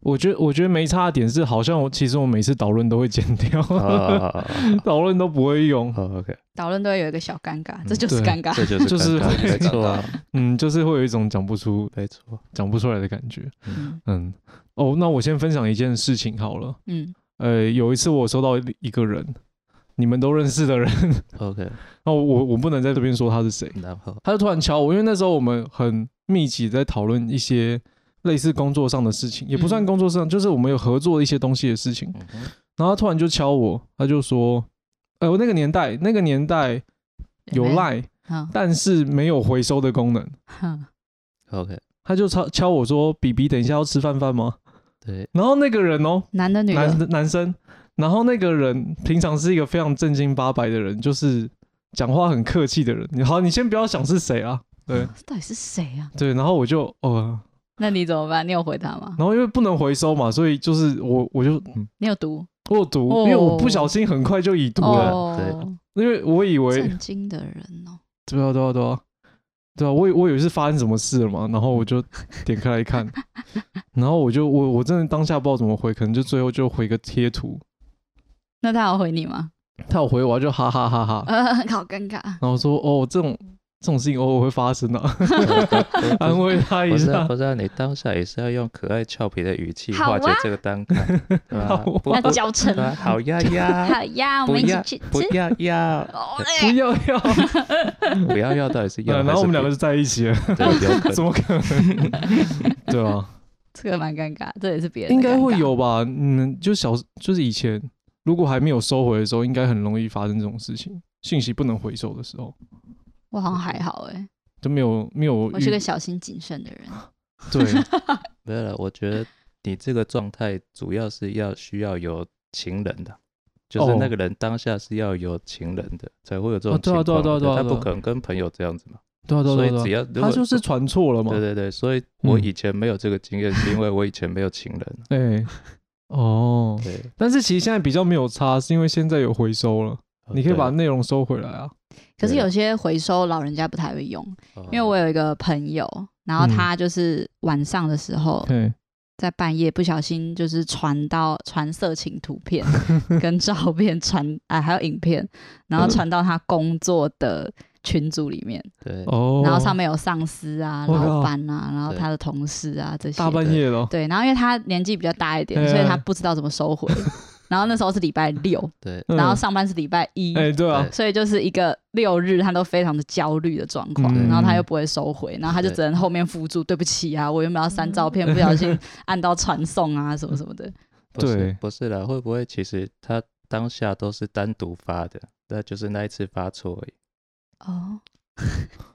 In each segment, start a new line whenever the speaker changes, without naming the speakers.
我觉得我觉得没差的点是，好像我其实我每次导论都会剪掉，
啊
导论都不会用。
，OK，
讨论都会有一个小尴尬，这就是
嗯对
尴尬。
这就是
就是
尴尬
会
没错啊，
嗯，就是会有一种讲不出
没错，
讲不出来的感觉。
嗯
嗯，哦，那我先分享一件事情好了。
嗯，
呃，有一次我收到一个人，你们都认识的人，
OK，
那我我不能在这边说他是谁，
然后
他就突然敲我，因为那时候我们很密集在讨论一些类似工作上的事情，也不算
嗯
工作上，就是我们有合作一些东西的事情。
嗯哼
然后他突然就敲我，他就说：“呃，我那个年代，那个年代有
没，
赖，
嗯
但是没有回收的功能。
嗯
OK，”
他就敲敲我说：“比比，等一下要吃饭饭吗
对？”，
然后那个人哦，
男的女
男
的，
男生，然后那个人平常是一个非常正经八百的人，就是讲话很客气的人。你好，你先不要想是谁啊，对
这到底是谁啊？
对。然后我就呃，
那你怎么办？你有回他吗？
然后因为不能回收嘛，所以就是我我就嗯
你有读？
我有读，
哦
因为我不小心很快就已读了，
哦，
因为我以为
震惊的人哦，
对啊对啊对啊对啊，我以我以为是发生什么事了嘛，然后我就点开来 看，然后我就我我真的当下不知道怎么回，可能就最后就回个贴图，
那他有回你吗？
他有回我他就哈哈哈 哈，
呃，好尴尬。
然后说哦这种这种事情偶尔会发生啊， 安
安
慰他一
不是啊
下
不。是啊，你当下也是要用可爱俏皮的语气
好
化
啊
解这个尴尬，对
好啊？
吧不
那
不
教程
对啊好呀呀，
好呀，我
不
们一
要
起去
不
吃。
要呀，
哦
不
哎
要 要，
不要要，到底是要还
然
是不？
后我们两个就在一起了，
对有可
怎
能
么可能？ 对啊，
这个蛮尴尬，这也是别人的
应该会
尴尬。
有吧？嗯，就小就是以前如果还没有收回的时候，应该很容易发生这种事情，信息不能回收的时候
我好像还好哎，
就没有没有
我是
遇
个小心谨慎的人。
对
没有了。我觉得你这个状态主要是要需要有情人的。就是
哦
那个人当下是要有情人的，才会有这种
哦对啊
情
对啊
况
对啊
的
对啊
他
对啊
不可能跟朋友这样子嘛。
对啊对啊
所
对
以
啊对啊，
只要如
他
果
就是传错了嘛
对，对对，所以我
嗯
以前没有这个经验，是因为我以前没有情人。啊
哎，哦，
对，
但是其实现在比较没有差，是因为现在有回收了，
哦
你可以把
对
内容收回来啊。
可是
对
有些回收老人家不太会用，
哦
因为我有一个朋友，然
嗯
后他就是晚上的时候
对，
在半夜不小心就是传到传色情图片跟照片传啊，还有影片，然后传到他工作的群组里面，
对
哦，
然后上面有上司啊、
我靠
老板啊，然后
对
他的同事啊这些
大半夜哦了，
对，然后因为他年纪比较大一点，
哎
所以他不知道怎么收回。 然后那时候是礼拜六，
对
嗯
然后上班是礼拜一，
哎，对啊，
所以就是一个六日，他都非常的焦虑的状况，
嗯
然后他又不会收回，然后他就
对嗯
只能后面附注，对不起啊，我原本要删照片，不小心按到传送啊，什么什么的。
不是
对
不是啦，会不会其实他当下都是单独发的，那就是那一次发错而已。
哦，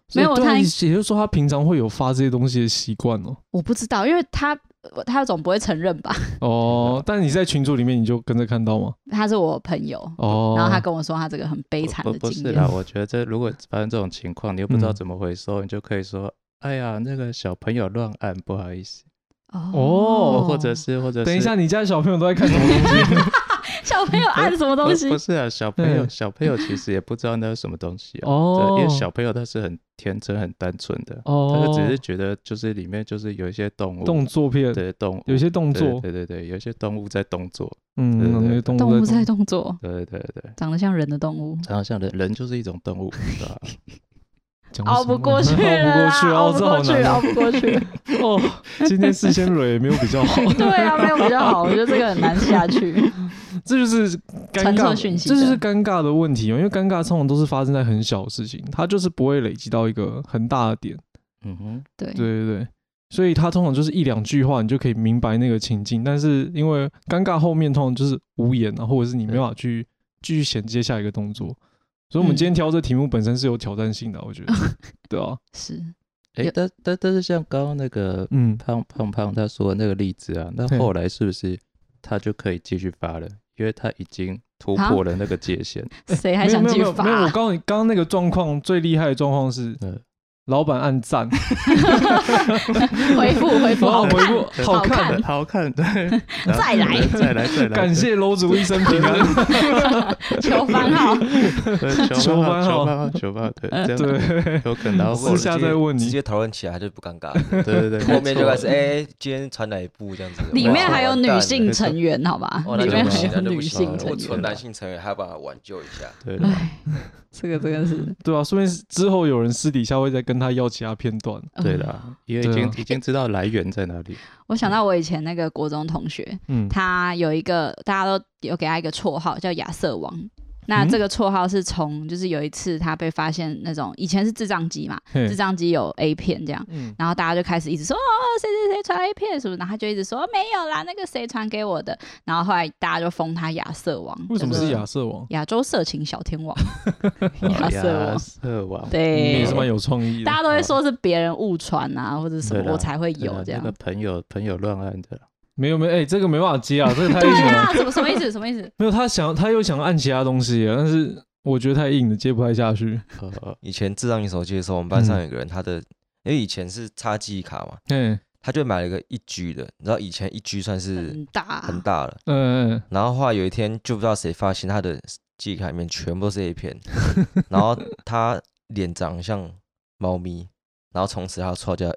所以
没有
对啊
他
也就是说他平常会有发这些东西的习惯哦。
我不知道，因为他我他总不会承认吧？
哦
对，
但你在群组里面你就跟着看到吗？
他是我朋友，
哦，
然后他跟我说他这个很悲惨
不
的
不不
经
是
验
啦，。我觉得这如果发生这种情况，你又不知道
嗯
怎么回收，你就可以说。哎呀，那个小朋友乱按，不好意思，
哦
或者是或者是
等一下，你家小朋友都在看什么东西？
小朋友按什么东西
不不？是啊，小朋友
嗯
小朋友 其实也不知道那是什么东西啊，
哦
对因为小朋友他是很天真很单纯的，他
哦，
就只是觉得就是里面就是有一些动物
动作片，
对动物
有一些动
对
作，
对对对，有一些动物在动作，
嗯，
对对对
有些动
动物
物
在
在
动作，
对对对，
长得像人的动物。
然后像人人就是一种动 物，对吧？
讲
熬
什么
不过去
熬不
了
过
啦
去，哦，
熬不
这好
过去，
难
熬
啊
不过去。
哦。 今天四千蕊也没有比较好，
哦
对啊，没有比较好，我觉得这个很难下去。
这就是尴
传
尬
错，讯息
这
的
就是尴尬的问题哦。因为尴尬通常都是发生在很小的事情，它就是不会累积到一个很大的点。
嗯哼，
对
对对对，所以它通常就是一两句话，你就可以明白那个情境。但是因为尴尬后面通常就是无言啊，或者是你没办法去继续衔接下一个动作。所以，我们
嗯
今天挑这题目本身是有挑战性的，啊我觉 得，对啊，
是
哎
有，
但但但是像刚刚那个
嗯，
胖胖胖他说的那个例子啊，那
对
后来是不是他就可以继续发了？因为他已经突
啊
破了那个界限，
谁还
没有
想
没有
继
没
续
有
发
没有，我告诉你，刚刚那个状况最厉害的状况是
嗯，
老板按赞，
回复回复，
然后
好
回
看，
复好
好看
看，
好看， 对，
再来
再来，再来，
感谢楼主一生平安。
求番 号，
对
求
求
番
番
号
求番号，求番号， 对，这样
呃对，
有可能然后 后
私
来
下再问
直
你，
接讨论起来就不尴尬，
对对对，
后面就开
没
始
错
哎、今天传哪一部这样子，
里面还有女性
没错
成员，好吧？
哇，
里
哦那就
面
不
还
行，
有
那就不
女
行
性
了，
成
我纯
员，
男性成员还要把它挽救一下，
对，
哎，这个真的是
对啊，说不定之后有人私底下会再跟他要其他片段。
对。
嗯
啦，因为
对
已
啊
经已经知道来源在哪 里，
我想到我以前那个国中同学，
嗯，
他有一个大家都有给他一个绰号叫亚瑟王。那
嗯
这个绰号是从就是有一次他被发现那种以前是智障机嘛，
嘿
智障机有 A 片这样，
嗯，
然后大家就开始一直说哦谁谁谁传 A 片什么，然后他就一直说哦没有啦，那个谁传给我的，然后后来大家就封他亚瑟王，
为什么
叫做
是亚瑟王？
亚洲色情小天王？
亚
亚瑟王，
瑟王，
你
对
嗯也，是蛮有创意的嗯
大。家都会说是别人误传啊或者什
对
么，
啦
我才会
对
有
啊
这样
那个。朋友朋友乱按的，
没有没有，哎，这个没办法接啊，这个太
对
硬了。
啊，什么什么意思？什么意 思？
没有，他想他又想按其他东西啊，但是我觉得太硬了，接不太下去。
呃，
以前智障型手机的时候，我们班上有个人，他的、因为以前是插记忆卡嘛，
嗯
他就买了一个一 G 的，你知道以前一 G 算是
很大，啊
很大了，
嗯嗯，
然后后来有一天就不知道谁发现他的记忆卡里面全部都是 A 片，然后他脸长得像猫咪，然后从此他绰号叫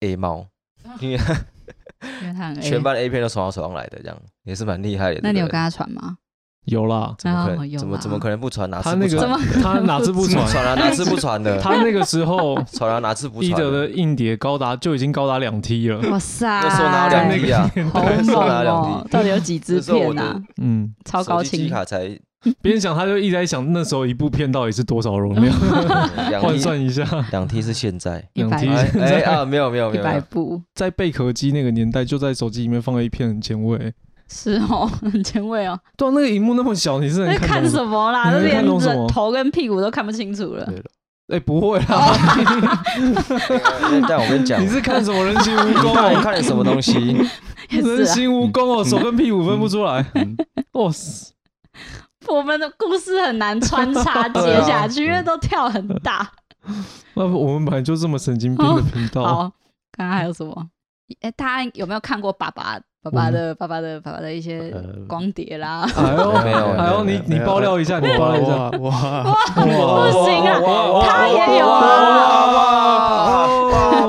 A 猫， 因为他
因为他很 A
全班的 A 片都从他手上来的，这样也是蛮厉害的。
哎那你有
对不
跟
对
他传吗？
有啦，
怎么可
哦
能？
有
怎么怎
啦
么可能不传？哪
他
次不
那个
传？
他哪只不
不
传？
传啊，哪次不传的？
他那个时候
传啊，哪次不
一
传
德的硬碟高达就已经高达两 T 了。
哇塞，
那时候哪有两 G 啊？
哎好
那时
猛
候哪有两
哦！
G？
到底有几支
那时候我
片
的
啊？
嗯，
超高
手机记
清
忆，卡才
边想他就一直在想那时候一部片到底是多少容 量，
两
换
T，
算一下，
两 T 是现在。
一
两
百
T
哎哎啊，没有没有没
一
有，没
百
有
部
在贝壳机那个年代就在手机里面放了一片很前卫。
是哦，很前卫哦。
对啊，那个荧幕那么小，你是能
那
看
看
懂
什么啦？
你
那
能
连
看懂什么
人头跟屁股都看不清楚了
对。了，
哎、不会啦，
哎但但我跟你讲
你，是看什么人形蜈蚣
看 我
哦？
看了什么 东西？
也
人
是啊，
形蜈蚣哦，手跟屁股分不出来。
嗯
哇塞，
我们的故事很难穿插
对
接
啊
下去，因为都跳很大。
那我们本来就这么神经病的频道。
哦好，看看还有什么？哎，大家有没有看过爸爸、爸爸的、爸爸的、爸爸的一些
呃
光 碟啦？
哎呦，
没有
哎呦，你你爆料一下，你爆料一下。
哇哇哇，
哇
不行啊他也有
啊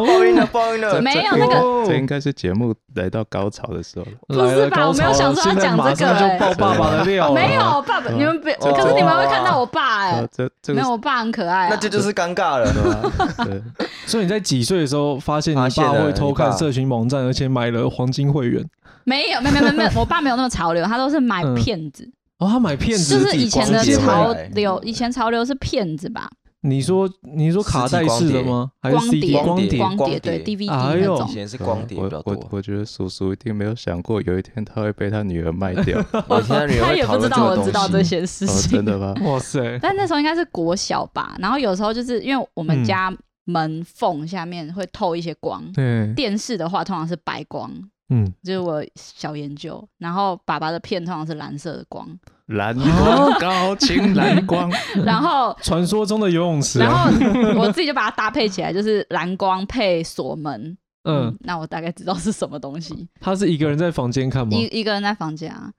报应了，报应了！
没有
这
那个
这应该是节目来到高潮的时候了，
不是吧我没有想说要讲这
现
个
在马上就爆爸爸的料了。
没有爸爸，
嗯
你们别，
哦
可是你们会看到我爸哎
啊，这这
没
个
有，我爸很可爱啊。
那这就是尴尬了。
啊对
所以你在几岁的时候发现你
发现
爸
了
会偷看
你爸
社群网站，而且买了黄金会员？
没有，没有没有没有，我爸没有那么潮流，他都是买
嗯
骗子，
哦，他买骗
就
子。
是以前的
实体光碟
潮
回来
流，以前潮流是骗子吧，
你说你说卡带式的吗？还是
光
CD
碟、
光碟
光
光
碟对
碟
DVD
哎
那
呦
以
种，
前是光碟比较
我我
多，
我觉得叔叔一定没有想过有一天他会被他女儿卖掉，哦，
我听到女人
他
会
也
讨
不知
论
道我
个
知道
东
这
西。
些事情
真，的吗？
哇塞，
但那时候应该是国小吧，然后有时候就是因为我们
嗯
家门缝下面会透一些光，
对，
电视的话通常是白光，
嗯，
就是我小研究，然后爸爸的片通常是蓝色的光，
蓝光，高清蓝光，
然 后。
传说中的游泳池
然
啊，
后我自己就把它搭配起来，就是蓝光配锁门，
嗯，，
那我大概知道是什么东西。
他是一个人在房间看吗？
一一个人在房间啊，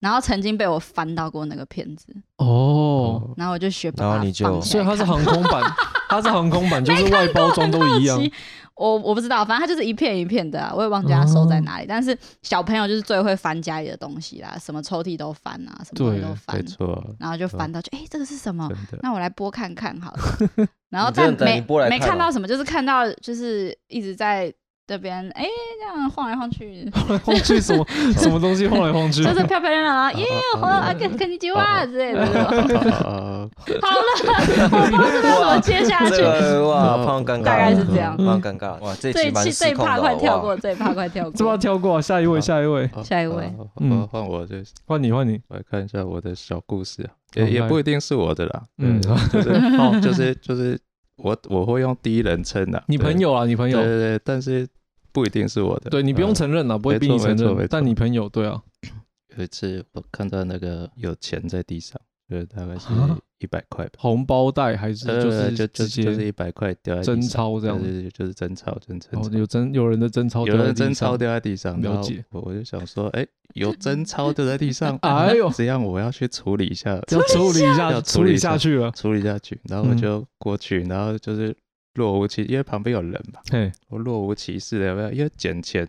然后曾经被我翻到过那个片子，
哦，
然后我就学爸
然后
爸
你就
放起
所
来
以它是
看
航空版，它是航空版，就是外包装都一样
好。奇我我不知道，反正它就是一片一片的、啊，我也忘记它
哦
收在哪里。但是小朋友就是最会翻家里的东西啦，什么抽屉都翻啊，什么东西
对
都
没
翻，
错，
然后就
啊
翻到就哎、这个是什么？
真的。
那我来播看看 好了。然后
你真
但
的等
没
你播来
没
看哦
看
吗
到什么，就是看到就是一直在这边哎、这样晃来晃 去，
晃来晃去什么什么东西晃来晃去
就，是漂漂亮 亮啊，耶，
哦
我啊跟跟你讲话之类的。
啊，
好了，我不知道怎么接下
这
去。
个哇，胖尴尬，
大概是这样
胖尴尬。哇，这
这
期
一
蛮
期这
失
一
控
趴快
的，
跳
哇
过，！这一趴快跳
这把
过。
跳过啊，下一位，下一位，
下一位
嗯
嗯，换我这
换你，换你。
我来看一下我的小故事啊，
好
也也
来
不一定是我的啦，
嗯
嗯，就是哦，就是就是我我会用第一人称的，
你
对
朋友啊，你朋
对
友，
对对，但是不一定是我的，
对你不用
嗯
承认啊，不会逼你
没错
承
没错没
认
错，
但你朋友对啊，
嗯有一次我看到那个有钱在地上，就是大概是
啊
一百块吧，
红包袋还是就
呃
是
就就
直接哦
就是一百块掉在地
真
上
钞这样
对对对，就是真钞，真真
哦
钞。
有真有人的真钞
有
掉在
人
地上，
真钞掉在地上，
了
然后
解，
我我就想说，哎，有真钞掉在地上
哎呦
这样我要去处理一下，
要处理一下，
要
处
处
理
理一下
下去了。
处理下去，然后我
嗯
就过去，然后就是若无其，因为旁边有人嘛，
嘿，
我若无其事的，有没有？因为捡钱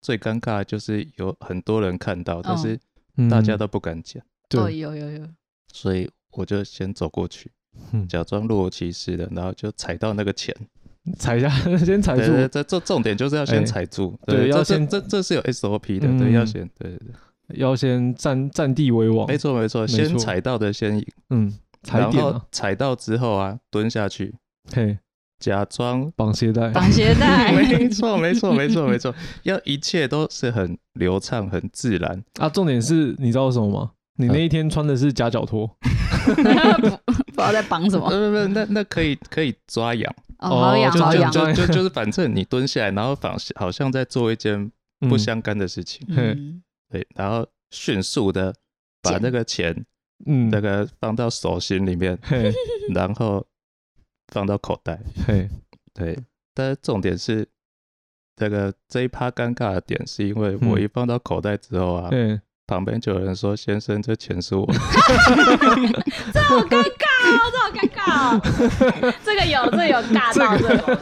最尴尬的就是有很多人看到，但是
嗯
大家都不敢捡，
哦，
对，
有有有，
所以我就先走过去，
嗯
假装若无其事的，然后就踩到那个钱。
踩一下， 先踩
对对，
住，
这这重点就是要
哎
先踩住，
对要
这
先
这这这是有 SOP 的，
嗯
对，要先对对对，
要先占占地为王
没。错没错，先
错
踩到的先赢，
嗯，踩
然
点
后
啊，
踩到之后啊，蹲下去，
嘿，
假 装
绑鞋带，
绑鞋带，
没错，没错，没错，没错，要一切都是很流畅、很自然。
啊，重点是你知道什么吗？你那
嗯
一天穿的是夹脚拖，
不不知道在绑什
不不
么，
呃不，那那可以可以抓痒，
哦，好痒
就
好
就
痒，
就就就是反正你蹲下来，然后仿好像在做一件
嗯
不，相干的事情，
嘿
嗯，
对，然后迅速的把
捡
那个钱
嗯
那，个放到手心里面，
嘿，
然后放到口袋，
嘿，
对。但是重点是，这个这一趴尴尬的点是因为我
嗯
一放到口袋之后啊，
嘿，
旁边就有人说：“先生，这钱是我的。”
这好尴尬哦，这好尴尬哦，这个有，这个有 尬到这个。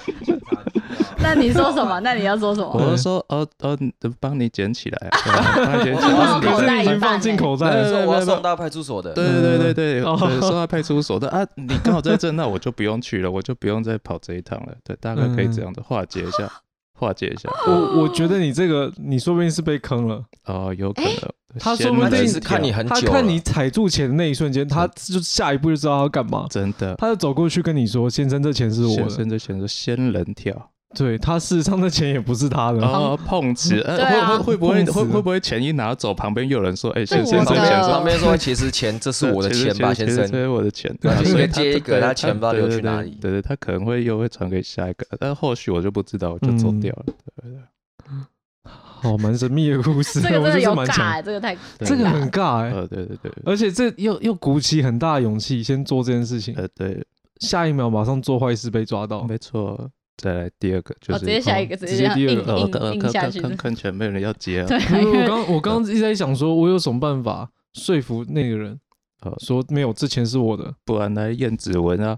那你说什么？那你要说什
我
么？
就说哦哦，帮你捡起来，对帮你捡起
我
来
放。口袋
已
一半欸
经放进口袋
对
了，
说我要
没有没有
送到派出所的，
对对对对对，
哦
对说到派出所的啊，你刚好在这，那我就不用去了，我就不用再跑这一趟了。对，大概可以这样的化解一下，化解一下。
我我觉得你这个，你说不定是被坑了。
哦，有可能
他
仙
说不
人
定
是看你
跳
很久
他
了，
看你踩住钱的那一瞬间，他就下一步就知道他要干嘛，
真的，
他就走过去跟你说：“先生，这钱是我的。
先生就显说仙人跳。”
对他事实上那钱也不是他嗯的，
哦，碰瓷，呃
对啊
会会会不会
碰瓷
会会不会钱一拿走，旁边又有人说：“哎，
这
先先生，
我
旁
的
先
边
生。”
旁边说其实钱这是我的钱吧，先
这
生。
是我的钱，
对啊
所以他
一个接一个
对
他钱不知道
对对
流去哪
对
里
对对，他可能会又会传给下一个，但后续我就不知道，我就走
嗯
掉了。对对
哦，蛮神秘的故事，
这个真
我觉
的
得
有
是蛮
尬
强，
欸，这个太
对
这个
尬
很尬哎、
对呃，对对对，
而且这又又鼓起很大的勇气先做这件事情，
呃，对，
下一秒马上做坏事被抓到，
没错。再来第二个，就
哦，
是
直接下一个，
直
接
接
这样
第二
硬
个
呃，我刚
硬
我
硬
刚
下
刚
去，
看看前面有人要接啊，
对，
因为我
因为
刚我刚刚一直在想说，我有什么办法说服那个人
哦
说没有，这钱是我的，
不然来验指纹啊，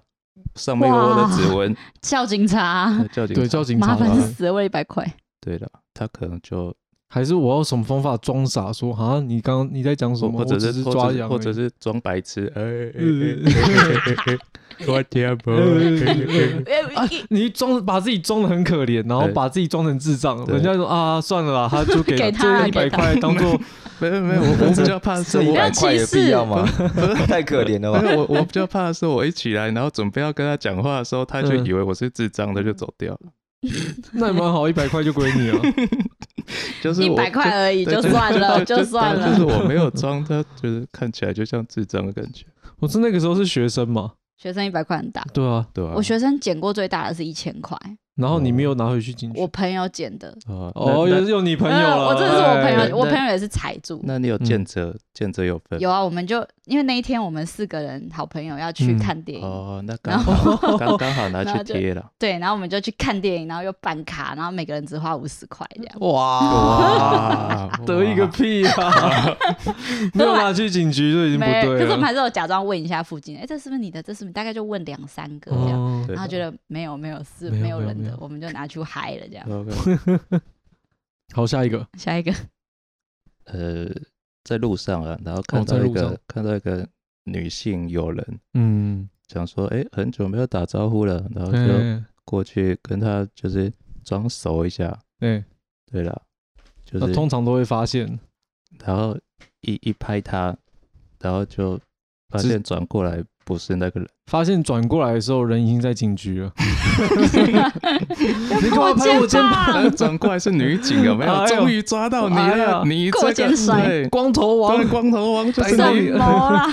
上面有我的指纹，
叫警察
呃，叫警
嗯对，
察
叫警察
麻
来
烦死了，为了一百块，
对了，他可能就
还是我要什么方法装傻说啊，你刚刚你在讲什么？
或
我
者
只
是或
抓
者是
痒而已，
或者是装白痴，哎哎哎哎哎
嗯
哎，哎我天 不
嗯
哎一
你装把自己装的很可怜，然后
对
把自己装成智障，
对
人家说啊算了啦，他就 给
给他啦
这一百
给他
块当做
没有没有，我 我比较怕啊是
这一
我
百块有必要吗？太可怜 了吧！
没有，我我比较怕的是，我一起来，然后准备要跟他讲话的时候，他就
嗯
以为我是智障的，就走掉了。
那也蛮好，一百块就归你了。
就是
一
我
百块而已，
对
就
对
算了，
就
就算
就
了
是。我没有装，他就是看起来就像智障的感觉，
我是那个时候是学生嘛，
学生一百块很大，
对啊，
对吧、啊？
我学生捡过最大的是一千块，
然后你没有拿回去进去
我，朋友捡的。
啊，
哦，
哦那
又
那
是有你朋友
嗯
了，
我真的是我
哎
朋友，
对
我
对
朋友也是踩住。
那
嗯
你有见者，见者有份
有啊，我们就因为那一天我们四个人好朋友要去
嗯
看电影，
哦，那刚好刚刚好拿
然后
去
就
贴了，
对，然后我们就去看电影，然后又办卡，然后每个人只花五十块这样。
哇，得一个屁啊！ 没有拿去警局就已经不
没，可
对啊
是我们
了。
还是有假装问一下附近，哎，这是不是你的？这是不是你的大概就问两三个这样，
哦，
对
然后觉得没有没有事，
没有没有
没有人
没
的
有，
我们就拿去嗨了这样。
啊
OK，
好，下一个，
下一个，
呃，在路上啊，然后
哦
看
在
到一
路上
个看到一个女性友人，
嗯，
想说，哎，很久没有打招呼了，然后就。
哎
过去跟他就是装熟一下。
哎，
对了，就
那
是
哦通常都会发现，
然后一一拍他，然后就发
只
现转过来不是那个人，
发现转过来的时候人已经在警局 了。你干嘛
我
拍我肩
啊
膀？
后转过来是女警，有没
哎呦
于抓到
哎呀
你
过肩摔
对
光头王
对光头 王就
白
什
是你。
么啦？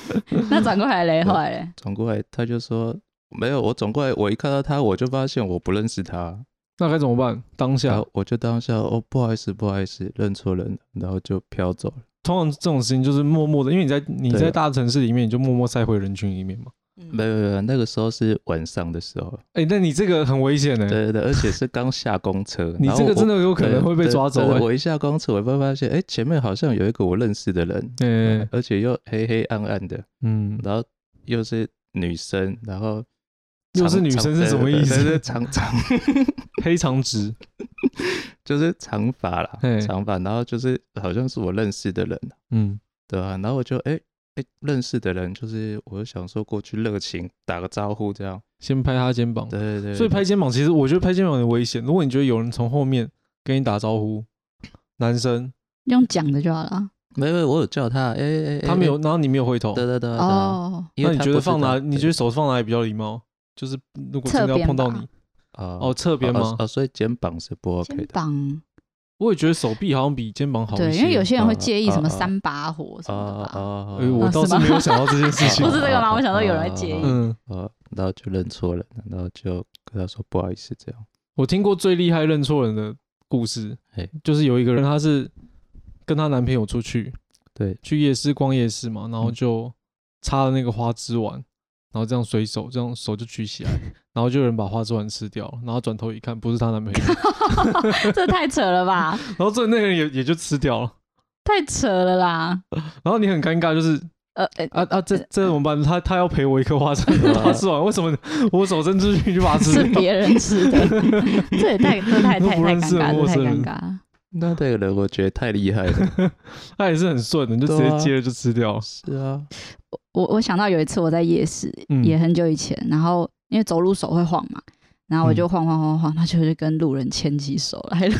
那转过来嘞，后来嘞，
转过来他就说没有，我转过来，我一看到他，我就发现我不认识他，
那该怎么办？当
然
下
后我就当下哦，不好意思，不好意思，认错人了，然后就飘走了。
通常这种事情就是默默的，因为你在你
对
在
啊
大城市里面，你就默默塞回人群里面嘛。
嗯
没有没有没有，那个时候是晚上的时候，
哎、那你这个很危险哎、，
对对对，而且是刚下公车
你
然后
这个
我
真的有可能会被
对
抓走
对
哎、
我一下公车，我会发现，哎，前面好像有一个我认识的人，
欸。
而且又黑黑暗暗的，
嗯，
然后又是女生，然后
又是
长
女
长
生是
对
什么
对
意思
对对长长
黑长直，
就是长发啦
嘿，
长发，然后就是好像是我认识的人，
嗯，
对啊，然后我就哎哎认识的人，就是我就想说过去热情打个招呼这样，
先拍他肩膀。
对对对，
所以拍肩膀，其实我觉得拍肩膀很危险。如果你觉得有人从后面跟你打招呼，男生
用讲的就好了啊。
没没我有叫他，哎哎哎，
他没有，然后你没有回头
哎，，对对对，对啊
哦，
因为
那你
他
觉
不
得
是
放
他
哪？你
对
觉得手放哪里比较礼貌？就是如果真
侧
的要
边
碰到
吧
你，哦，
哦
侧边
哦
吗？
哦，所以肩膀是不 OK
肩
的
膀
我也觉得手臂好像比肩膀好一些。
对，因为有些人会
啊
介意什么
啊
三把火什么的
哦
吧。
哦
哎，我
啊
倒
是
是
吗
没有想到这件事情
不。是这个吗
哦
我想说有人会介意
嗯，
哦，然后就认错了，然后就跟他说不好意思这样。
我听过最厉害认错人的故事
嘿，
就是有一个人，她是跟她男朋友出去
对，
去夜市逛夜市嘛，然
嗯
后就插了那个花枝丸，然后这样随手这样手就举 起来，然后就有人把花枝丸吃掉了，然后转头一看不是她男 朋友，
这太扯了吧，
然后最后那个人也也就吃掉了，
太扯了啦。
然后你很尴尬，就是
呃，呃啊
啊啊这这怎么办？他他要赔我一颗花枝花枝丸，为什么我手伸出去就把它吃
是
掉？
别人吃的， 这也太这太太
都
太
不
尴
认识
尬，
陌
这太
生
尴
人
尬了。
那那个人我觉得太厉害了。
他也是很顺的，你就直接
对啊
接了就吃掉了。
是啊，
我我想到有一次我在夜市，
嗯
也很久以前，然后因为走路手会晃嘛，然后我就
嗯
晃晃晃晃，他就是跟路人牵起手来了，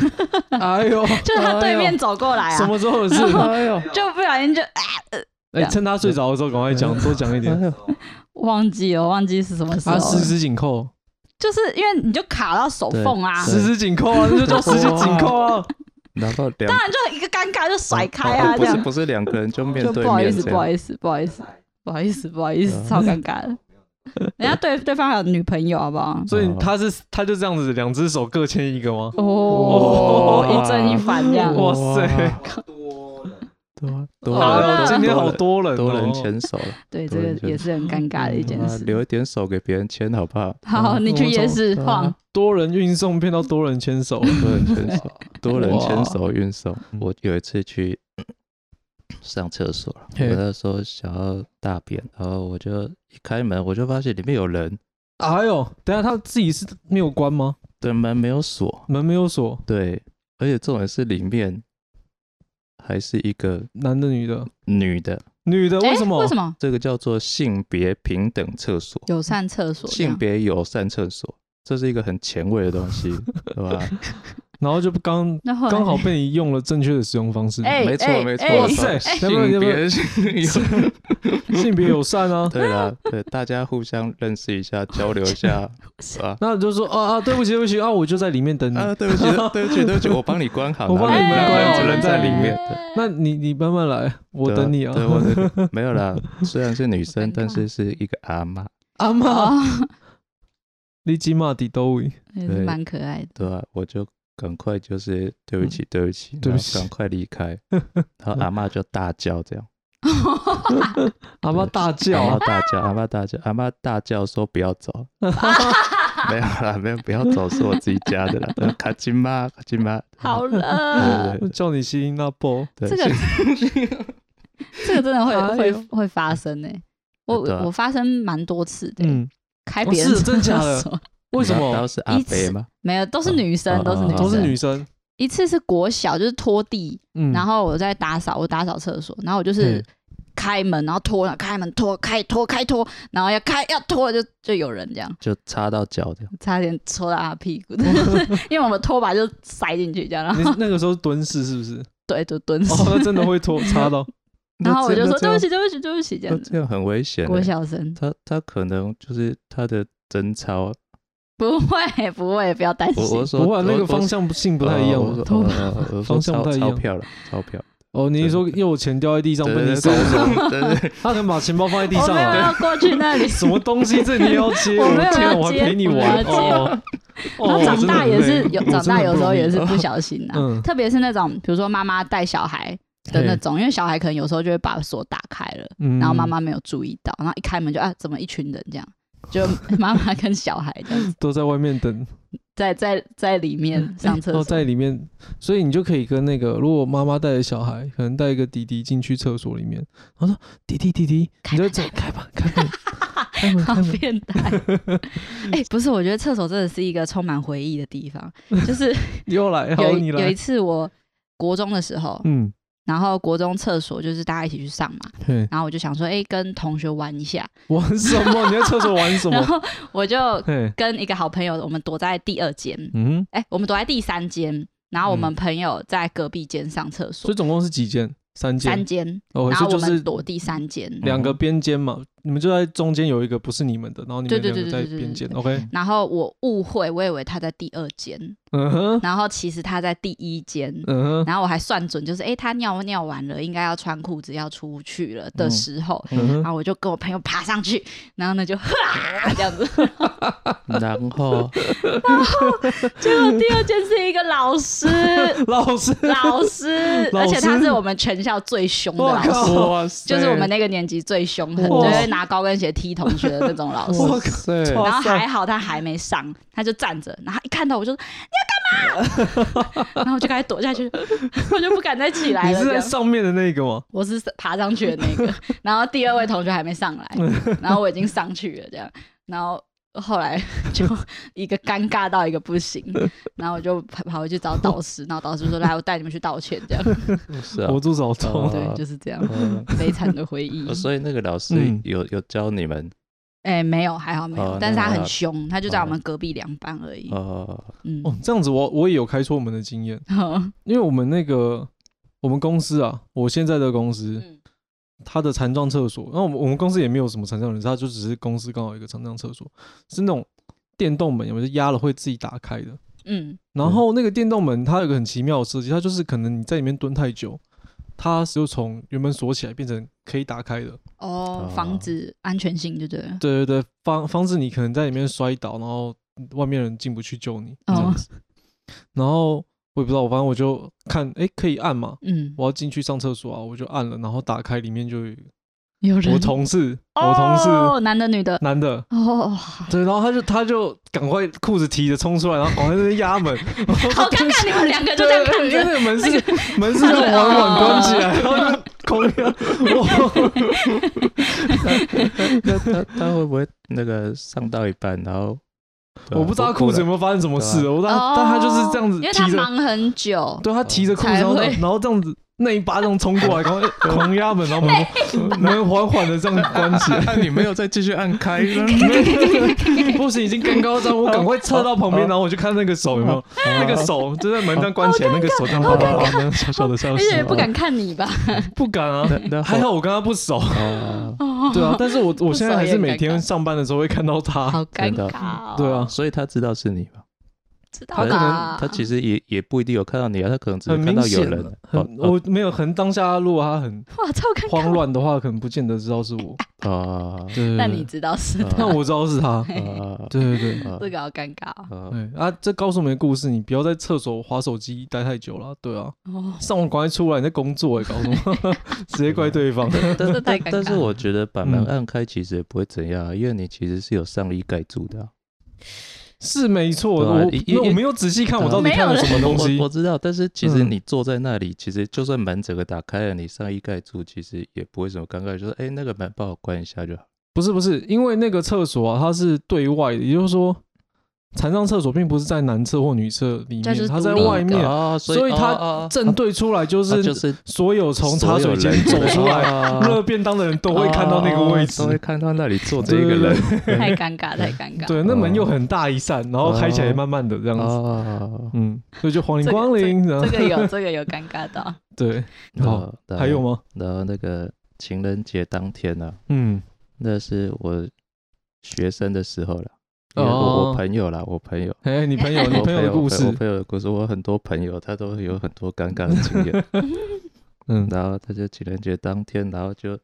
哎呦，
就是他对
哎
面
呦
走过来
什
啊，
么时候的事？
哎呦，
就不小心就啊
哎、趁他睡着的时候赶快讲，多讲一 点。
哎
忘记了，忘记是哦什么时候
啊，十
了，
指紧扣，
就是因为你就卡到手缝啊，
对
十指紧扣啊，那就叫十指紧扣啊。
哦然后两
当然就一个尴尬就甩开
哦
啊，
不
这
是
样
不是两个人 就面
就
对
不好意
面
思，
这
不好
样。
意思，不好意思，不好意思，不好意思，
嗯
超尴尬的。人家对对方还有女朋友，好不好？
所以他是他就这样子，两只手各牵一个吗？
哦，
哇
一正一反这样，
哇塞，
多啊多
好
哎
啦
呦，
了，
今天好
多
多人、
了
哦，
多人牵手了，
对，这
多人
个
就
也是很尴尬的一件
好啊
事。
留一点手给别人牵好不好？
好，你去夜市
对啊
晃，
多人运送变到多人牵手，
多人牵手，多人
哇
牵手运送。我有一次去上厕所了，
嘿
我那时候想要大便，然后我就一开门，我就发现里面有人，
哎呦，等一下他自己是没有关吗？
对，门没有锁，
门没有锁，
对，而且重点是里面还是一个
男的女的？
女的，
女的
啊
哎
为什么？
为什么
这个叫做性别平等厕所，
友善厕所这样？
性别友善厕所，这是一个很前卫的东西，对吧？
然后就刚
那后来
刚好被你用了正确的使用方式，
哎
没错
哎
没错
哎，
哇塞，要不要
性
要不
别
要
性友
性别友善 啊？
对啦，对，大家互相认识一下，交流一 下，是吧？
那就说啊啊，对不起对不起啊，我就在里面等你。
啊，对 不起，对不起，对不起，我帮你关好，
我帮
然后
你们
然后
关好
人在里面。对
哎
那你你慢慢来，我
对
等你啊。
对，我的没有啦。虽然是女
好
生
尴尬，
但是是一个阿妈，
阿妈，
哦，
你起码底都位，
也是
对
蛮可爱的。
对吧？我就赶快就是对不起，对不起，
嗯对不
然后
起
赶快离 开。然后阿妈就大叫这样，
阿妈大叫
阿妈
啊，
大叫，阿妈大叫，阿妈大叫说不要走， 没有啦，没有，不要走，是我自己家的 啦。呃卡金妈，卡金妈，
好
对，
了
对，对
叫你西那波，
对，
这个 这个真的会
哎
会
呦
会发生呢。我
对啊
我发生蛮多次的，
嗯，
开
哦
别人
是真假的
厕所
为什
然后
么
是阿
一次
伯吗？
没有，都是女生，
哦
都是女生，
都是女生？
一次是国小，就是拖地，
嗯，
然后我在打扫，我打扫厕所，然后我就是
嗯
开门，然后拖，然后开门拖，开拖开拖，然后要开要拖就就有人这样，
就插到脚这样。
差点戳到他屁股， 因为我们拖把就塞进去这样，然后
你那个时候蹲式是不 是？
对就蹲死，
哦，那真的会拖插到，
然后我就说
那这
对不
样
起对不起对不起这
那
样子，
这样很危险欸。
国小生
他他可能就是他的贞操，啊
不会不会不要担
我
心
我，说
不啊过那个方
我
向性不太一样
哦我
嘛
说
头发
呃呃我说
方向不
钞
太一样
钞票了，钞票。
哦，你是说右钱掉在地上
对
被
对
你
对
扫走，
对对对对
他可能把钱包放在地
我
上
没有
啊？
要过去那 里，
什么东西？这你也要接？
我没有
天啊，
要
我还
接
陪你
我没
玩
有接
哦。
然后
哦
长大也是有，长大有时候也，
我真的很累我真的很不容易
啊是不小心啊，
啊嗯
特别是那种比如说妈妈带小孩，的那种，因为小孩可能有时候就会把锁打开了，
嗯
然后妈妈没有注意到，然后一开门就啊，怎么一群人这样？ 就妈妈跟小孩这样子
都在外面等，
在在在里 面上厕
都
所，
哎哦在里面，所以你就可以跟那个，如果妈妈带着小孩，可能带一个弟弟进去厕所里面，然后说弟弟弟弟，
开
你就
门
走开吧，开门，开门，
好
开门，
变态！ 哎、不是，我觉得厕所真的是一个充满回忆的地方。就是
又来，好
有一
你
有一
来，
次我国中的时候，
嗯，
然后国中厕所就是大家一起去上嘛，
嘿，
然后我就想说，哎、跟同学玩一下，
玩什么？你在厕所玩什
然
么？
后我就
嘿，
跟一个好朋友，我们躲在第二间，
嗯，
哎、我们躲在第三间，然后我们朋友在隔壁间上厕
所
所
以，总嗯共是几间？三
三
间，
间，
哦，
然
所
后
以
我
就
们
是
躲第三间，
两个边间嘛，你们就在中间有一个不是你们的，然后你
对
们
对
两个
对
在
对对
边间
对
，OK，
然后我误会，我以为他在第二间，
嗯哼，
然后其实他在第一间。
嗯哼，
然后我还算准，就是诶，他尿尿完了，应该要穿裤子要出去了的
嗯
时候，
嗯
然
哼，
后我就跟我朋友爬上去，然后呢就 哈这样子，
然后
结果第二件是一个老师，嗯
老师，
老师，
老
而
师
且他是我们全校最凶的
我
老师，
靠，
哇塞
就是我们那个年级最凶狠，就
哇
会拿高跟鞋踢同学的那种老师。
哇
哇塞，
靠
然后
塞
还好他还没上，他就站着，然后一看到我就说你要干嘛？然后我就赶紧躲下去，我就不敢再起来
你
了。
是
这
在
样
上面的那个吗？
我是爬上去的那个，然后第二位同学还没上来，然后我已经上去了，这样，然后后来就一个尴尬到一个不行，然后我就跑跑回去找导师，然后导师说：“来，我带你们去道歉。”这样，
是啊
我，肚子好痛
哦，
对，就是这样，
嗯
悲惨的回 忆
哦。所以那个老师
嗯
有有教你们
哎，没有，还好没
哦
有，但是他
那还
很
好
凶，他就在我们隔壁两班而已。
呃，
嗯，
哦，这样子我我也有开错门的经验，因为我们那个我们公司啊，我现在的公司，
嗯
它的残障厕所，然后我们我们公司也没有什么残障人士，它就只是公司刚好有一个残障厕所，是那种电动门，有没有就压了会自己打开的。
嗯，
然后那个电动门它有个很奇妙的设计，它就是可能你在里面蹲太久，它就从原本锁起来变成可以打开的。
哦，
哦
防止安全性，对不对了？
对对对，防防止你可能在里面摔倒，然后外面人进不去救你这样
哦
子。然后我也不知道，反正我就看，哎，可以按嘛？
嗯，
我要进去上厕所啊，我就按了，然后打开里面就有
有人，
我同事，我同事、
哦，男的女的，
男的，
哦，
对，然后他就他就赶快裤子提着冲出来，然后赶快在那边压门，
好
好
尴尬，你们两个就这样看
因为
着。
那个门是门是要缓缓关起
哦
来，然后就空掉， 哇，
那他他会不会那个上到一半，然后对啊
我不知道他裤子有没有发生什么事，
对啊
我不知道，但他就是这样子
哦因为他
提着，
忙很久，
对他提着裤子，然后
才会
然后这样子那一巴掌冲过来，然 后哎狂压门，然后门门缓缓的这样关 起来。
啊， 你没有再继续按开，
不行，已经更高张，我赶快撤到旁边，
哦
然后我就看那个手有没有，那个手就在门这样关
哦
起来，那个手这样啪啪啪那样小小的消
而
失，
且也不敢看你吧？
不敢啊，
哦那那
还好我跟他不熟，
哦，
对啊，但是 我我现在还是每
不熟也
天
很尴
上班的时候会看到他，
好尴尬、哦。
啊对啊，
所以他知道是你吧？
知
他可
道
能
吧？
他其实也也不一定有看到你啊，他可能只是
很
看
明
到有
显
人，。
很
哦
我没有，很当下如果他很
哇，超尴
慌
尬。
乱的话，可能不见得知道是我，
啊
对对，对
那你知道是
啊
那我知道是他，
啊
对对 对。
啊
这个好尴尬
啊
哦
对啊，这告诉我们的故事，你不要在厕所划手机待太久了。对啊，
哦，
上网赶快出来，你在工作哎、搞什么？ 直接怪对方。
但
这
但
太尴尬
但是我觉得把门
嗯
按开其实也不会怎样啊，因为你其实是有上衣盖住的啊。
是没错，
对啊
我
一一
那我
一
没有仔细看，
对啊
我到底
没有
看了
人
什么东西
我我？知道，但是其实
嗯
你坐在那里，其实就算门整个打开了，你上衣盖住，其实也不会什么尴尬，就是哎、那个门帮我关一下就好。
不是不是，因为那个厕所啊，它是对外的，也就是说，残障厕所并不是在男厕或女厕里
它就
面，
是
它在
独立的
外面，
啊，
所以
他
它正对出来就
就是是
所有从茶
所
水
有
间
人
走出来
啊
热便当的人都会看到那个位置
啊都。会看到那里坐着一个人
太尴尬，太尴尬。
对，那啊门又很大一扇，然后开起来慢慢的这样子，
啊。
嗯，所以就欢迎光临。然后
这个有，这个有尴尬 到。
对，好，
那
还有？吗？
然后那个情人节当天呢、啊，
嗯，
那是我学生的时候了，因
哦
为我我朋友啦，我朋友。
哎，你朋友，你
我
朋友的故
我
事，
朋友的故事，我很多朋友他都有很多尴尬的经 验。
嗯，
然后他就情人节当天，然后就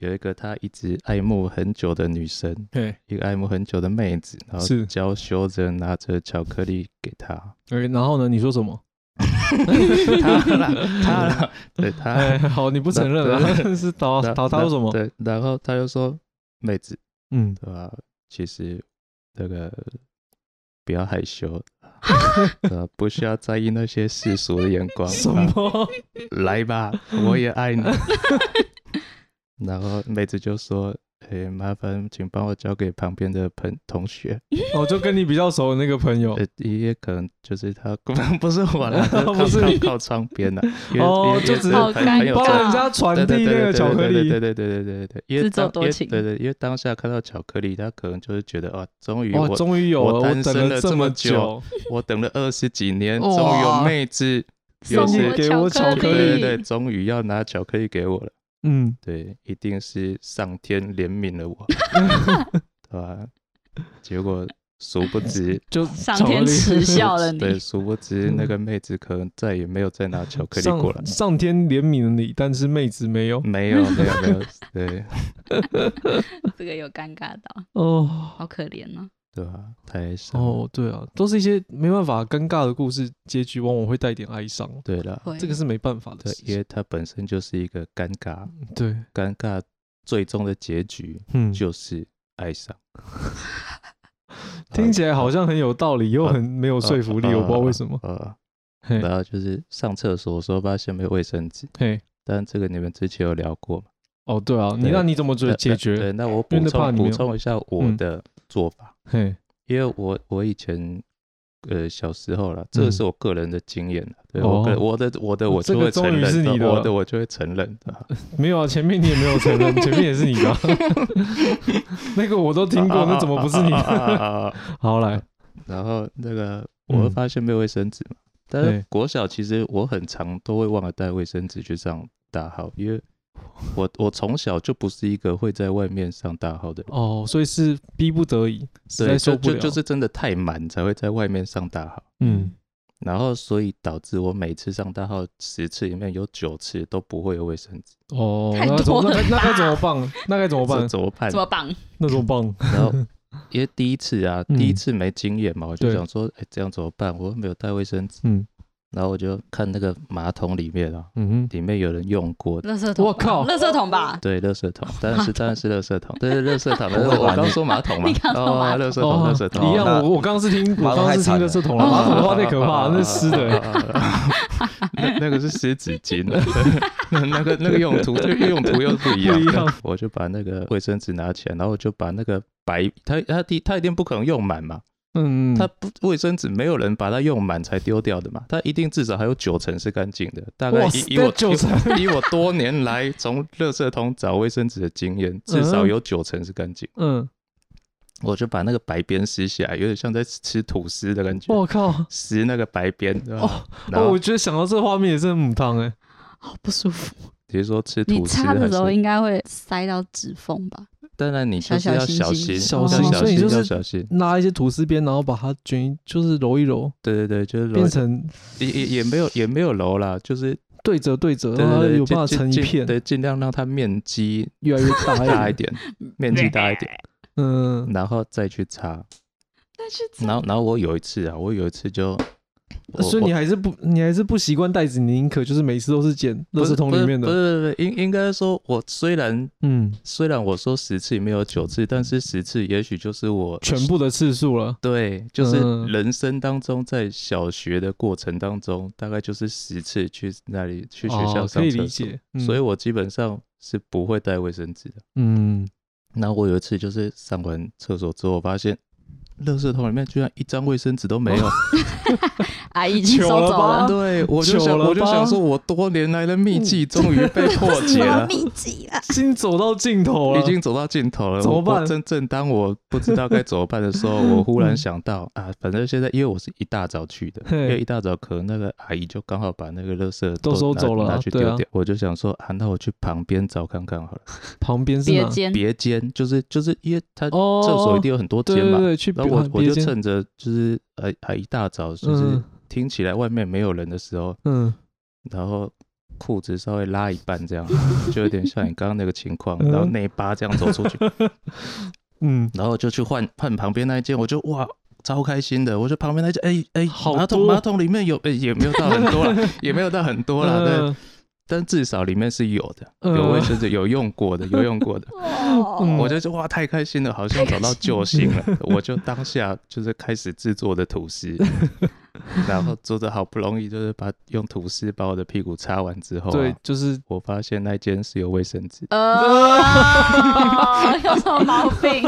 有一个他一直爱慕很久的女生，
对，
一个爱慕很久的妹子，然后
是
娇羞着拿着巧克力给他，
哎，然后呢？你说什么？
他啦，他啦，对他
哎，好，你不承认了，是倒
然
倒他
然
什么？
对，然后他就说：“妹子，
嗯，
对吧？其实那个不要害羞，
啊
呃，不需要在意那些世俗的眼光。
什么？
来吧，我也爱你。然后妹子就说：“诶，麻烦请帮我交给旁边的朋同学，
哦，就跟你比较熟的那个朋友
呃，也可能就是他，不是我啦，就是靠
不是你
靠靠窗边的，因为
哦
因为
就
因为
只
朋
好尴
朋友
尬
帮
在
人家传
对
递
对
那
对对
个
对
巧克力
对对对对对对对，因为
自作
当
多
因为
情
对对，因为当下看到巧克力，他可能就是觉得啊，终于
哇，
我
终于有了，
我
我
单
等
身
了
了
这
这
么
么
久，
我等了二十几年，
哇
终于有妹子，
送
有
我
些
给我巧
巧
克
对
力
对对，终于要拿巧克力给我了，
嗯，
对，一定是上天怜悯了 我，对吧？结果殊不知，
就
上
巧克
天
力
耻笑了
对，
你，
殊不知那个妹子可能再也没有再拿巧克力过来
上。上天怜悯了你，但是妹子没有
没有没有没有，对
这个有尴尬到，
哦
好可怜哦。
对吧？太伤了
哦，对啊，都是一些没办法尴尬的故事，结局往往会带一点哀伤，
对了，
会
这个是没办法的
对
事，
因
情。
为它本身就是一个尴尬，
对，
尴尬最终的结局
嗯，
就是呃哀伤。
听起来好像很有道理，又很没有说服 力，
呃
我不知道为什么。
呃，
嘿，
然后就是上厕所的时候发现没有卫生纸，
嘿，
但这个你们之前有聊过嘛？
哦，对啊，你
对
那你怎么解
那
解
那
决？
对，那我
因为
补
那怕
充
你没
补
有
充一下我
嗯
的做法，
嘿，
因为我我以前。呃，小时候了，
嗯
这个是我个人的经验了。对我个
哦
我的我的我
这
就
个
会承
终于是
认
你的
的，我
了
的我就会承认的。
没有啊，前面你也没有承 认，前面也是你的啊， 那个我都 听过，那怎么不是你
啊
的？
啊啊啊啊啊
好来，
然后那个
嗯
我会发现没有卫生纸嘛，但
对
是国小其实我很常都会忘了带卫生纸去上大号，因为我我从小就不是一个会在外面上大号的人，
哦，所以是逼不得已，实在
对，
受
就
不
就
了，
就是真的太满才会在外面上大号，
嗯，
然后所以导致我每次上大号十次里面有九次都不会有卫生纸，
哦，
太
那怎么
多
那
了
那该
吧
怎么办？那该怎么
这
办？
怎么办
怎？么绑？
那怎么办？
然后因为第一次啊，
嗯
第一次没经验嘛，我就
对
想说，哎，这样怎么办？我又没有带卫生纸，
嗯
然后我就看那个马桶里面啊，
嗯哼，
里面有人用过
垃圾桶吧，
我靠
垃圾桶吧，
对，垃圾桶，当然是当然是垃圾桶，对，垃圾桶，
不会
我
玩
刚
你
说马桶嘛
你，刚说马
哦，
桶
垃圾桶，垃圾
一
桶，
样。
那
我我刚刚是听，我
马
刚
桶
刚是听
太
垃
惨了
圾桶了，马桶
哦
的话太可怕，那是湿 的，欸
那那个是湿纸巾，那那个那个用途，这个用途又不一样。
不一样
我就把那个卫生纸拿起来，然后我就把那个白，它它第它一定不可能用满嘛，
嗯，
它不卫生纸没有人把它用满才丢掉的嘛，它一定至少还有九成是干净的。大概
哇塞
以以我
九成
以我多年来从垃圾桶找卫生纸的经验，至少
嗯
有九成是干净。
嗯，
我就把那个白边撕下来，有点像在吃吐司的感觉，
我靠，
撕那个白边。
哦
哦， 然
哦，
后
我觉得想到这画面也是很母汤哎，
好不舒服。
比如说吃
你
吐司
擦
还
的时候
是，
应该会塞到指缝吧？
当然你就是要小心，
小哦
心
要小
小心
所以
心，
你就是
要小心。
拉一些吐司边，然后把它卷一，就是揉一揉，
对对对，就是揉
变成
也也也没有也没有揉啦，就是
对折对折，
对
然后
对对，
哦有
尽
办法
尽
成一
尽
片，
对，尽量让它面积
越来越大一
大一
点，
点，面积大一点，
嗯，
然后再去擦。
再去
然后然后我有一次啊，我有一次就，我
呃所以
嗯我
你还是不，你还是不习惯袋子，你宁可就是每次都是捡垃
不是
圾桶里面
不
的，
是不是不是，应应该说，我虽然
嗯，
虽然我说十次没有九次，但是十次也许就是我
全部的次数了，
对，就是
嗯
人生当中在小学的过程当中，大概就是十次去那里去学校
哦
上
可以
厕
理
所，
解，嗯
所以
以
我基本上是不会带卫生纸的。
嗯，
然后我有一次就是上完厕所之后，发现垃圾桶里面居然一张卫生纸都 没有。
阿姨已经
糗
收
了
走
吧
了，
对，我就
糗
想，
了
我就
吧嗯
想说，我多年来的秘籍终于被破解了。
秘籍了。
已经走到尽头了，
已经走到尽头了，
怎么
我我
办
正正当我不知道该怎么办 的时候，我忽然想到啊，反正现在因为我是一大早去的，
嘿
因为一大早可能那个阿姨就刚好把那个垃圾
都收
拿
走了啊
拿去丢
对啊
掉。我就想说啊，那我去旁边找看看 好了，
旁边是
别
哪？
间
别间就是就是因为他
哦，
厕所一定有很多
对
间
对
嘛，
对，去
然后我我
别
就
间
趁着就是呃还一大早就是
嗯
听起来外面没有人的时候，
嗯，
然后裤子稍微拉一半这样，就有点像你刚刚那个情 况，然后
嗯
内八这样走出去。
嗯，
然后就去换换旁边那一间，我就哇，超开心的。我说旁边那家，哎、哎、
好
马桶
多
马桶里面有，哎、也没有到很多了，也没有到很多了，对，
嗯
但至少里面是有的，
嗯
有卫生纸，有用过的，有用过的。
嗯
哦，。
我就说哇，太开心了，好像找到救星了。 我就当下就是开始制作我的吐司，然后做的好不容易，就是把用吐司把我的屁股擦完之后、啊，
对，就是
我发现那间是有卫生纸
呃，有什么毛病？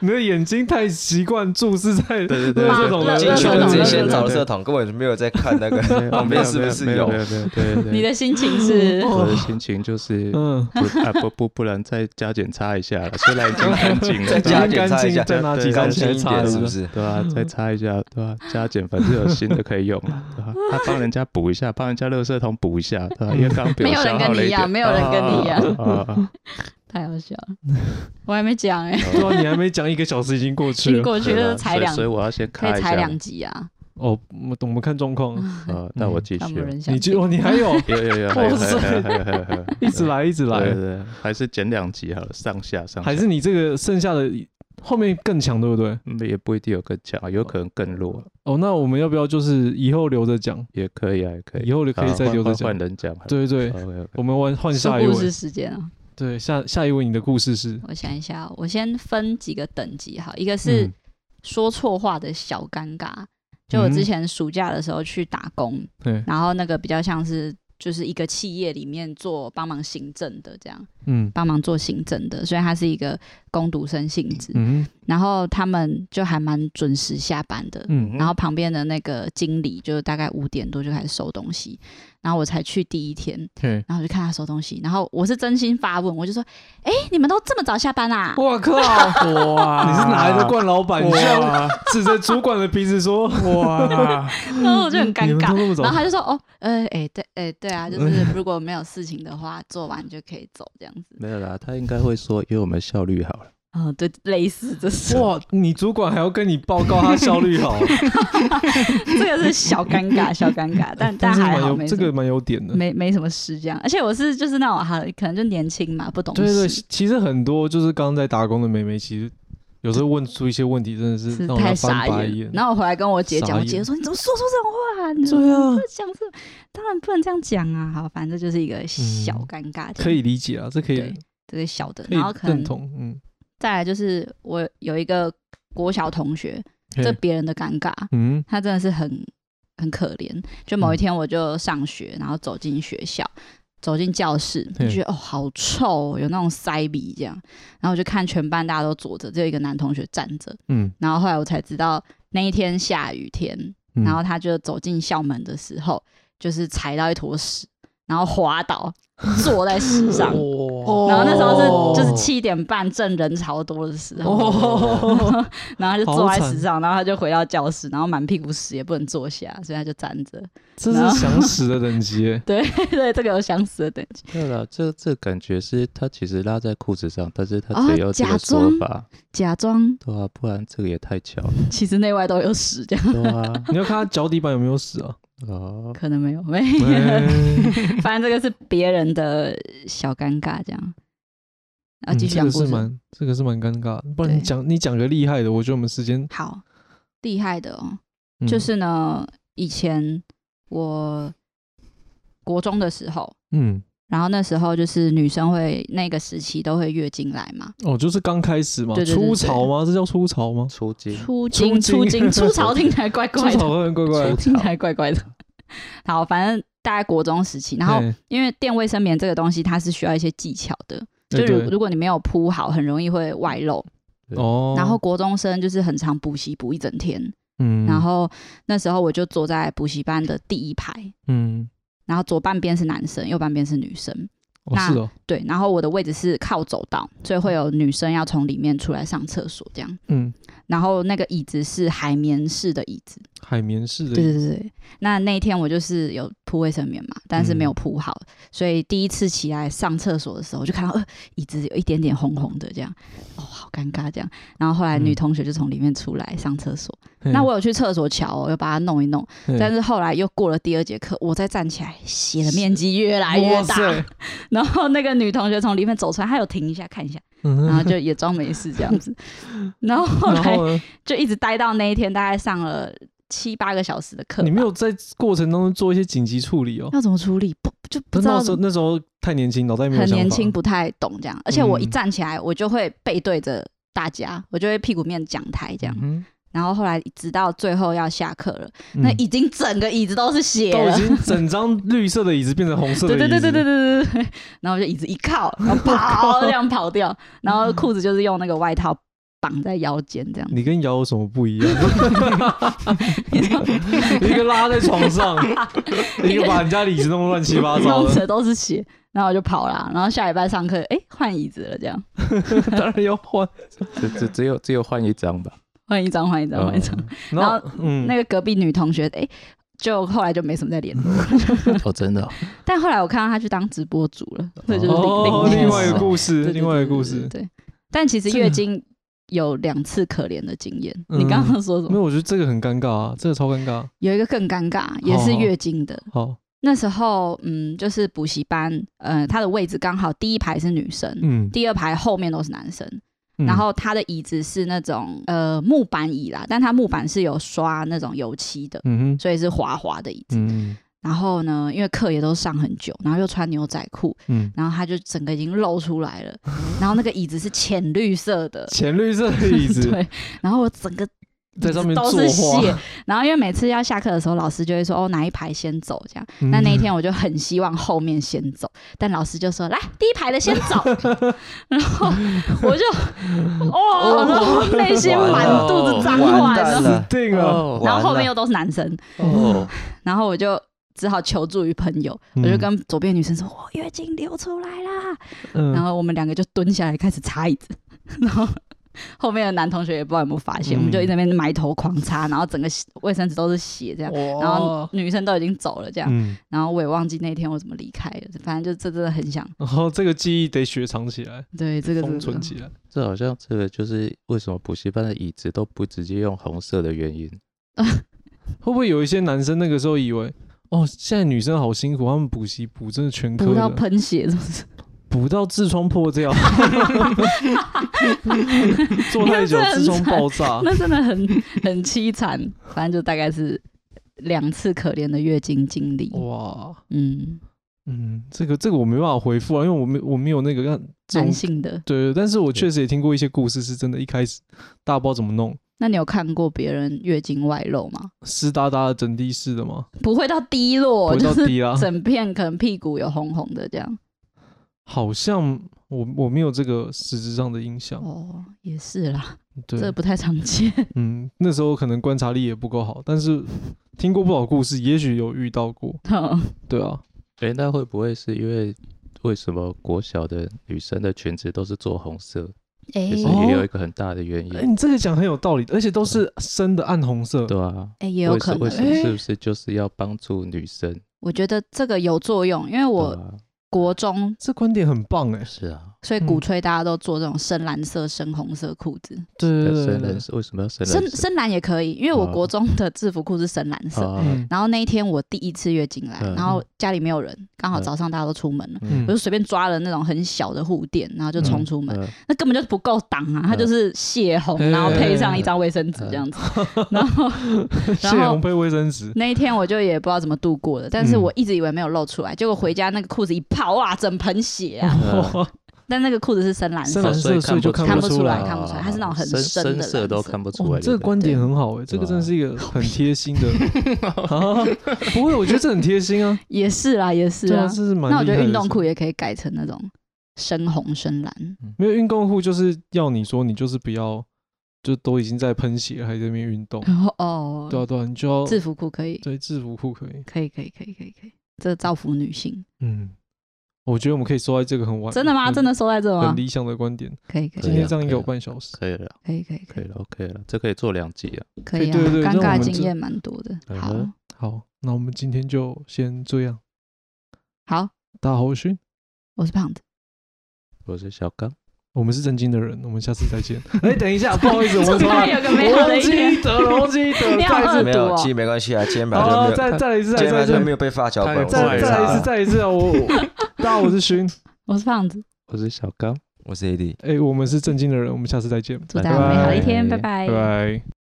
你的眼睛太习惯注视在
对对对
垃圾桶的
对
进
对
去
对
就
对
直接
对
先
对
找垃圾桶，根本就没有在看那个 旁
没有
边是不是
没有
有
没。有没有对 对对，嗯
你的心情是？
我的心情就是
嗯，
不啊不不不然再加检查一下了，虽然已经干净了，
再
对
加
啊
干
检查一
净
下
再拿
对
几
对
张
干
起
净
来
一
擦
点
的
是不是？
对啊，再擦一下，对啊，加减反正有新的可以用嘛，对吧、他帮人家补一下，帮人家垃圾桶补一下，对吧、因为刚刚被我
没有
消耗
人跟
了
你一
点
样，没有人跟你一样，
啊啊啊
太好笑了。我还没讲 哎，
对啊，你还没讲一个小时已经过去
新
了。
过
对
去就是
吧
才
所以
两
所，以我要先
可
看
以
一
才
下。
两集啊，
哦，我们我们看状况。
呃，那我继
看
续
无。人相
你
信
就。哦，你还有
有有有，还有还有还有还有还有还有，
一直来，一直
对
来，
对对，还是减两集好了，上下上下
还是你这个剩下的后面更强，对不对？
嗯也不一定有更强，有可能更弱，
哦，那我们要不要就是以后留着讲？
也可以啊，也可以。
以后可以
好
再留着
换
讲
换。嗯人讲好了。
对对，对
OK，OK，
我们换换
说
下一
故
位
事。时间啊，
对，下下一位你的故事是
我想一下哦，我先分几个等级哈，一个是
嗯
说错话的小尴尬，就我
嗯
之前暑假的时候去打工，
对，
然后那个比较像是就是一个企业里面做帮忙行政的这样，
嗯
帮忙做行政的，所以他是一个工读生性质，
嗯
然后他们就还蛮准时下班的，
嗯
然后旁边的那个经理就大概五点多就开始收东西，然后我才去第一天，
，OK。
然后我就看他收东西，然后我是真心发问，我就说：“哎、你们都这么早下班啊？”
我靠！
嗯
哇，你是哪来的惯老板？你像指着主管的鼻子说 哇，
然后我就很尴
你们
尬
都。那么早
然后他就说：“哦，呃，哎、对，哎、对 啊，就是如果没有事情的话，做完就可以走这样子。
没有啦，他应该会说，因为我们效率好了。
呃
嗯，对，类似这是
哇，你主管还要跟你报告他效率好，
这个是小尴尬，小尴尬， 但但
是
还
蛮
好
有
没
这
什么
个蛮有点的。
没没什么事这样。而且我是就是那种哈，可能就年轻嘛，不懂事，
对对，其实很多就是刚在打工的妹妹，其实有时候问出一些问题，真的是
是
让
太
她
傻
翻白
眼
眼。。
然后我回来跟我姐
傻
讲，我
眼
姐说：“你怎么说出这种话？你怎
对啊
么，这样子，当然不能这样讲啊。”好，反正就是一个小尴尬，
嗯可以理解啊，这可以
对这个小的。
可以
然后可
认
能
同，嗯，
再来就是我有一个国小同学，
嘿
这别人的尴尬，
嗯
他真的是很很可怜。就某一天我就上学，然后走进学校，走进教室，
嘿
就觉得哦好臭、哦，有那种塞鼻这样。然后我就看全班大家都坐着，只有一个男同学站着。
嗯，
然后后来我才知道那一天下雨天，
嗯
然后他就走进校门的时候，就是踩到一坨屎，然后滑倒，坐 在屎上。然后那时候是就是七点半正人潮多的时候，
哦，
然后他就坐在屎上，然后他就回到教室，然后满屁股屎也不能坐下，所以他就站着。
这是想死的等级耶，
对，这个有想死的等级，
对了，这这感觉是他其实拉在裤子上，但是他
哦
只有这
假
个说
装
法，
假装
对啊，不然这个也太巧 了，
其实内外都有屎，这样
对啊，
你要看他脚底板有没有死 啊？
哦，
可能没有，没有，
哎
反正这个是别人的小尴尬，这样。然
嗯
后啊继续
这
讲
个
故
是
事。
蛮这个是蛮尴尬的，不然
对
你讲你讲个厉害的，我觉得我们时间
好厉害的哦，
嗯
就是呢，以前我国中的时候，
嗯
然后那时候就是女生会那个时期都会月经来嘛，
哦，就是刚开始嘛，
对对对
初
对
潮吗？这叫初潮吗？
出金
出
出经出
经
经出潮听起来怪
初
怪
潮
的，
很怪怪的，
听起来怪怪的。好，反正大概国中时期，然后
嘿
因为垫卫生棉这个东西，它是需要一些技巧的，就
对
如
对
如果你没有铺好，很容易会外漏。
哦，
然后国中生就是很常补习补一整天，
嗯，
然后那时候我就坐在补习班的第一排，
嗯，
然后左半边是男生，右半边是女生。
哦
那
是哦，
对，然后我的位置是靠走道，所以会有女生要从里面出来上厕所这样。
嗯，
然后那个椅子是海绵式的椅子，
海绵式的，
对对对对。那那一天我就是有铺卫生棉嘛，但是没有铺好，所以第一次起来上厕所的时候，我就看到呃椅子有一点点红红的这样，哦，好尴尬这样。然后后来女
嗯
同学就从里面出来上厕所，
嘿
那我有去厕所瞧、哦，又把它弄一弄，但
是
是后来又过了第二节课，我再站起来，血的面积越来越
哇
大。
塞，
然后那个女同学从里面走出来，她有停一下看一下，
然
然后就也装没事这样子。然后后
嗯然
来
后呢？
就一直待到那一天，大概上了七八个小时的课吧。
你没有在过程当中做一些紧急处理哦？
要怎么处理？不就
可
不知
是
道
那时候那时候太年轻，脑袋没有
很
想法
年轻，不太懂这样。而且我一
嗯
站起来，我就会背对着大家，我就会屁股面讲台这样。
嗯
然后后来直到最后要下课了，
哼
那
嗯
已经整个椅子都是血
都
了
已。经整张绿色的椅子变成红色的
对
椅
对
子，
对对对对对对， 对然后我就椅子一靠，然后跑这样跑掉，然后裤子就是用那个外套绑在腰间这样，
你跟瑶有什么不一样？ 一个拉在 床 上，一个把人家椅子弄得乱七八糟
弄
的，
扯都是血，然后我就跑啦，然后下礼拜上课，哎，换椅子了这样，
当然要换。
只只只有只有换一张吧。哦
换一张换一
嗯
张换一张，
然
然
后嗯，
那个隔壁女同学，哎，就后来就没什么再 联络，
哦，真 的哦、
但后来我看到她去当直播主了，所以就是
哦，
另
另
件
外一
事
个故
对
事，
对
另外一个
对
故
对
事。
对，对但其实
这
月
个
经有两次可怜的经验，
嗯
你刚刚说什
没
么？
有，我觉得这个很尴尬啊，这个超尴尬。
有一个更尴尬，也是
好好
月经的，
好，
那时候，嗯，就是补习班，呃，他的位置刚好第一排是女生，
嗯，
第二排后面都是男生。
嗯
然后他的椅子是那种呃木板椅啦，但他木板是有刷那种油漆的，
嗯哼，
所以是滑滑的椅子。
嗯
然后呢，因为课也都上很久，然后又穿牛仔裤，
嗯，，
然后他就整个已经露出来了。然后那个椅子是浅绿色的
浅绿色的椅子
对。然后我整个
在上面
都
作
是
画
血，然后因为每次要下课的时候，老师就会说哦哪一排先走这样。
嗯
那那一天我就很希望后面先走，但老师就说来第一排的先走， 然后我就哦，然后内心满肚子脏话，
完
你知道
蛋
吗
死
了，
定啊了，
哇
然后后
完了
面又都是男生，
哦，
然后我就。只好求助于朋友，
嗯
我就跟左边的女生说：“我月经流出来啦。”然
嗯，
后我们两个就蹲下来开始擦椅子， 然后后面的男同学也不知道有没有发现，
嗯
我们就一直在那边埋头狂擦，然后整个卫生纸都是血这样，然后女生都已经走了这样，
哦嗯，
然后我也忘记那天我怎么离开了，反正就这真的很想
然后哦这个记忆得雪藏起来，
对这个
封
这
存
个
起来。
这好像这个就是为什么补习班的椅子都不直接用红色的原因。
会不会有一些男生那个时候以为，哦，现在女生好辛苦，他们补习补真的全科
补到
的，
喷血是不 是？
补到痔疮破 掉，坐太久
那真的很
痔疮
惨
爆炸。
那真的很很凄惨，反正就大概是两次可怜的月经经历，
哇，
嗯，
嗯，这个这个我没办法回复啊，因为我没我没有那个让这种
男性的。
对对，但是我确实也听过一些故事，是真的，一开始大家不知道怎么弄，
那你有看过别人月经外露吗？
湿哒哒的整地式的嘛，
不会到滴落，
回到啊
就是
低啦，
整片可能屁股有红红的这样。
好像我我没有这个实质上的影响，
哦，也是啦，这
对，
不太常见。
嗯，那时候可能观察力也不够好，但是听过不少故事，也许有遇到过，
哦
对啊，
哎，那会不会是因为为什么国小的女生的裙子都是做红色？
哎
其实
哦
也有一个很大的原因，
哎、你这个讲很有道理，而且都是深的暗红色，
嗯对啊。
哎，也有
为什
可
为
能
什。么是不是就是要帮助女生？
我觉得这个有作用，因为我
对啊
国中，
这观点很棒哎、
是啊，
所以
嗯
鼓吹大家都做这种深蓝色、深红色裤子，
对对对
深
对
蓝，色为什么要深蓝
深
色？
深蓝也可以，因为我
哦
国中的制服裤是深蓝色。
啊
嗯
然后那一天我第一次月经来，
嗯
然后家里没有人，刚好
嗯
早上大家都出门了。
嗯
我就随便抓了那种很小的护垫，然后就冲出门，
嗯
那根本就不够挡啊！它就是血红，
嗯
然后配上一张卫生纸这样子。然 后
谢红配卫生 纸，
那一天我就也不知道怎么度过的，但
嗯
是我一直以为没有露出来，结果回家那个裤子一泡，哇，整盆血啊！
呃
但那个裤子是深蓝色
嗯深蓝
的，
色所以就
看
看
不出
出
来
来
看不出来它是那种很
深
深的蓝
色都
色哦
看不出
哇，
来。
这个观点很好哎、这个真的是一 个很贴心的啊！不会，我觉得这很贴心 啊，
也是啦，也是
对啊，
啊
这。是嗯蛮厉害的。
那我觉得运动裤也可以改成那种深红深蓝，
没有运动裤，就是要你说你就是不要，就都已经在喷血了还在那边运动，
然后哦，
对啊对啊，你就要
制服裤可以，
对制服裤可以，
可以，可以，可以，可以，可以，这造福女性，
嗯，我觉得我们可以说在这个很完
真的吗？
很
真的收在这吗
嗯很？理想的观点，
可以，可
今
以，
天这样一个有半小时，
可以了，
可以，可以，可
可以
以，
了，OK 了，这可以做两集啊。
可以啊
对对对！
尴
那我
尬
们
经
这
验蛮多的。
嗯
好，
哼
好，那我们今天就先这样，
好，
大家好，我是勋，
我是胖子，
我是小刚，
我们是正经的人，我们下次再见。哎，等 一下，不好意思，我们
突
从
然
来
有个美
我
好的
忘
一
记
天
一。德，我忘记一德，
你好
再一次
恶
没
毒
有，
哦
其实没关系啊，今天本来就没
哦，
有，
再再来一次，
今
再
天
来
本
一
来就没
次，
有被发脚本，
太
我
再
也
再来一
是
次，再来一次啊！我大家好，我是勋，
我是胖子，
我是小刚，
我是 AD。
哎，我们是正经的人，我们下次再见，
祝大家美好一天，拜
拜
拜拜。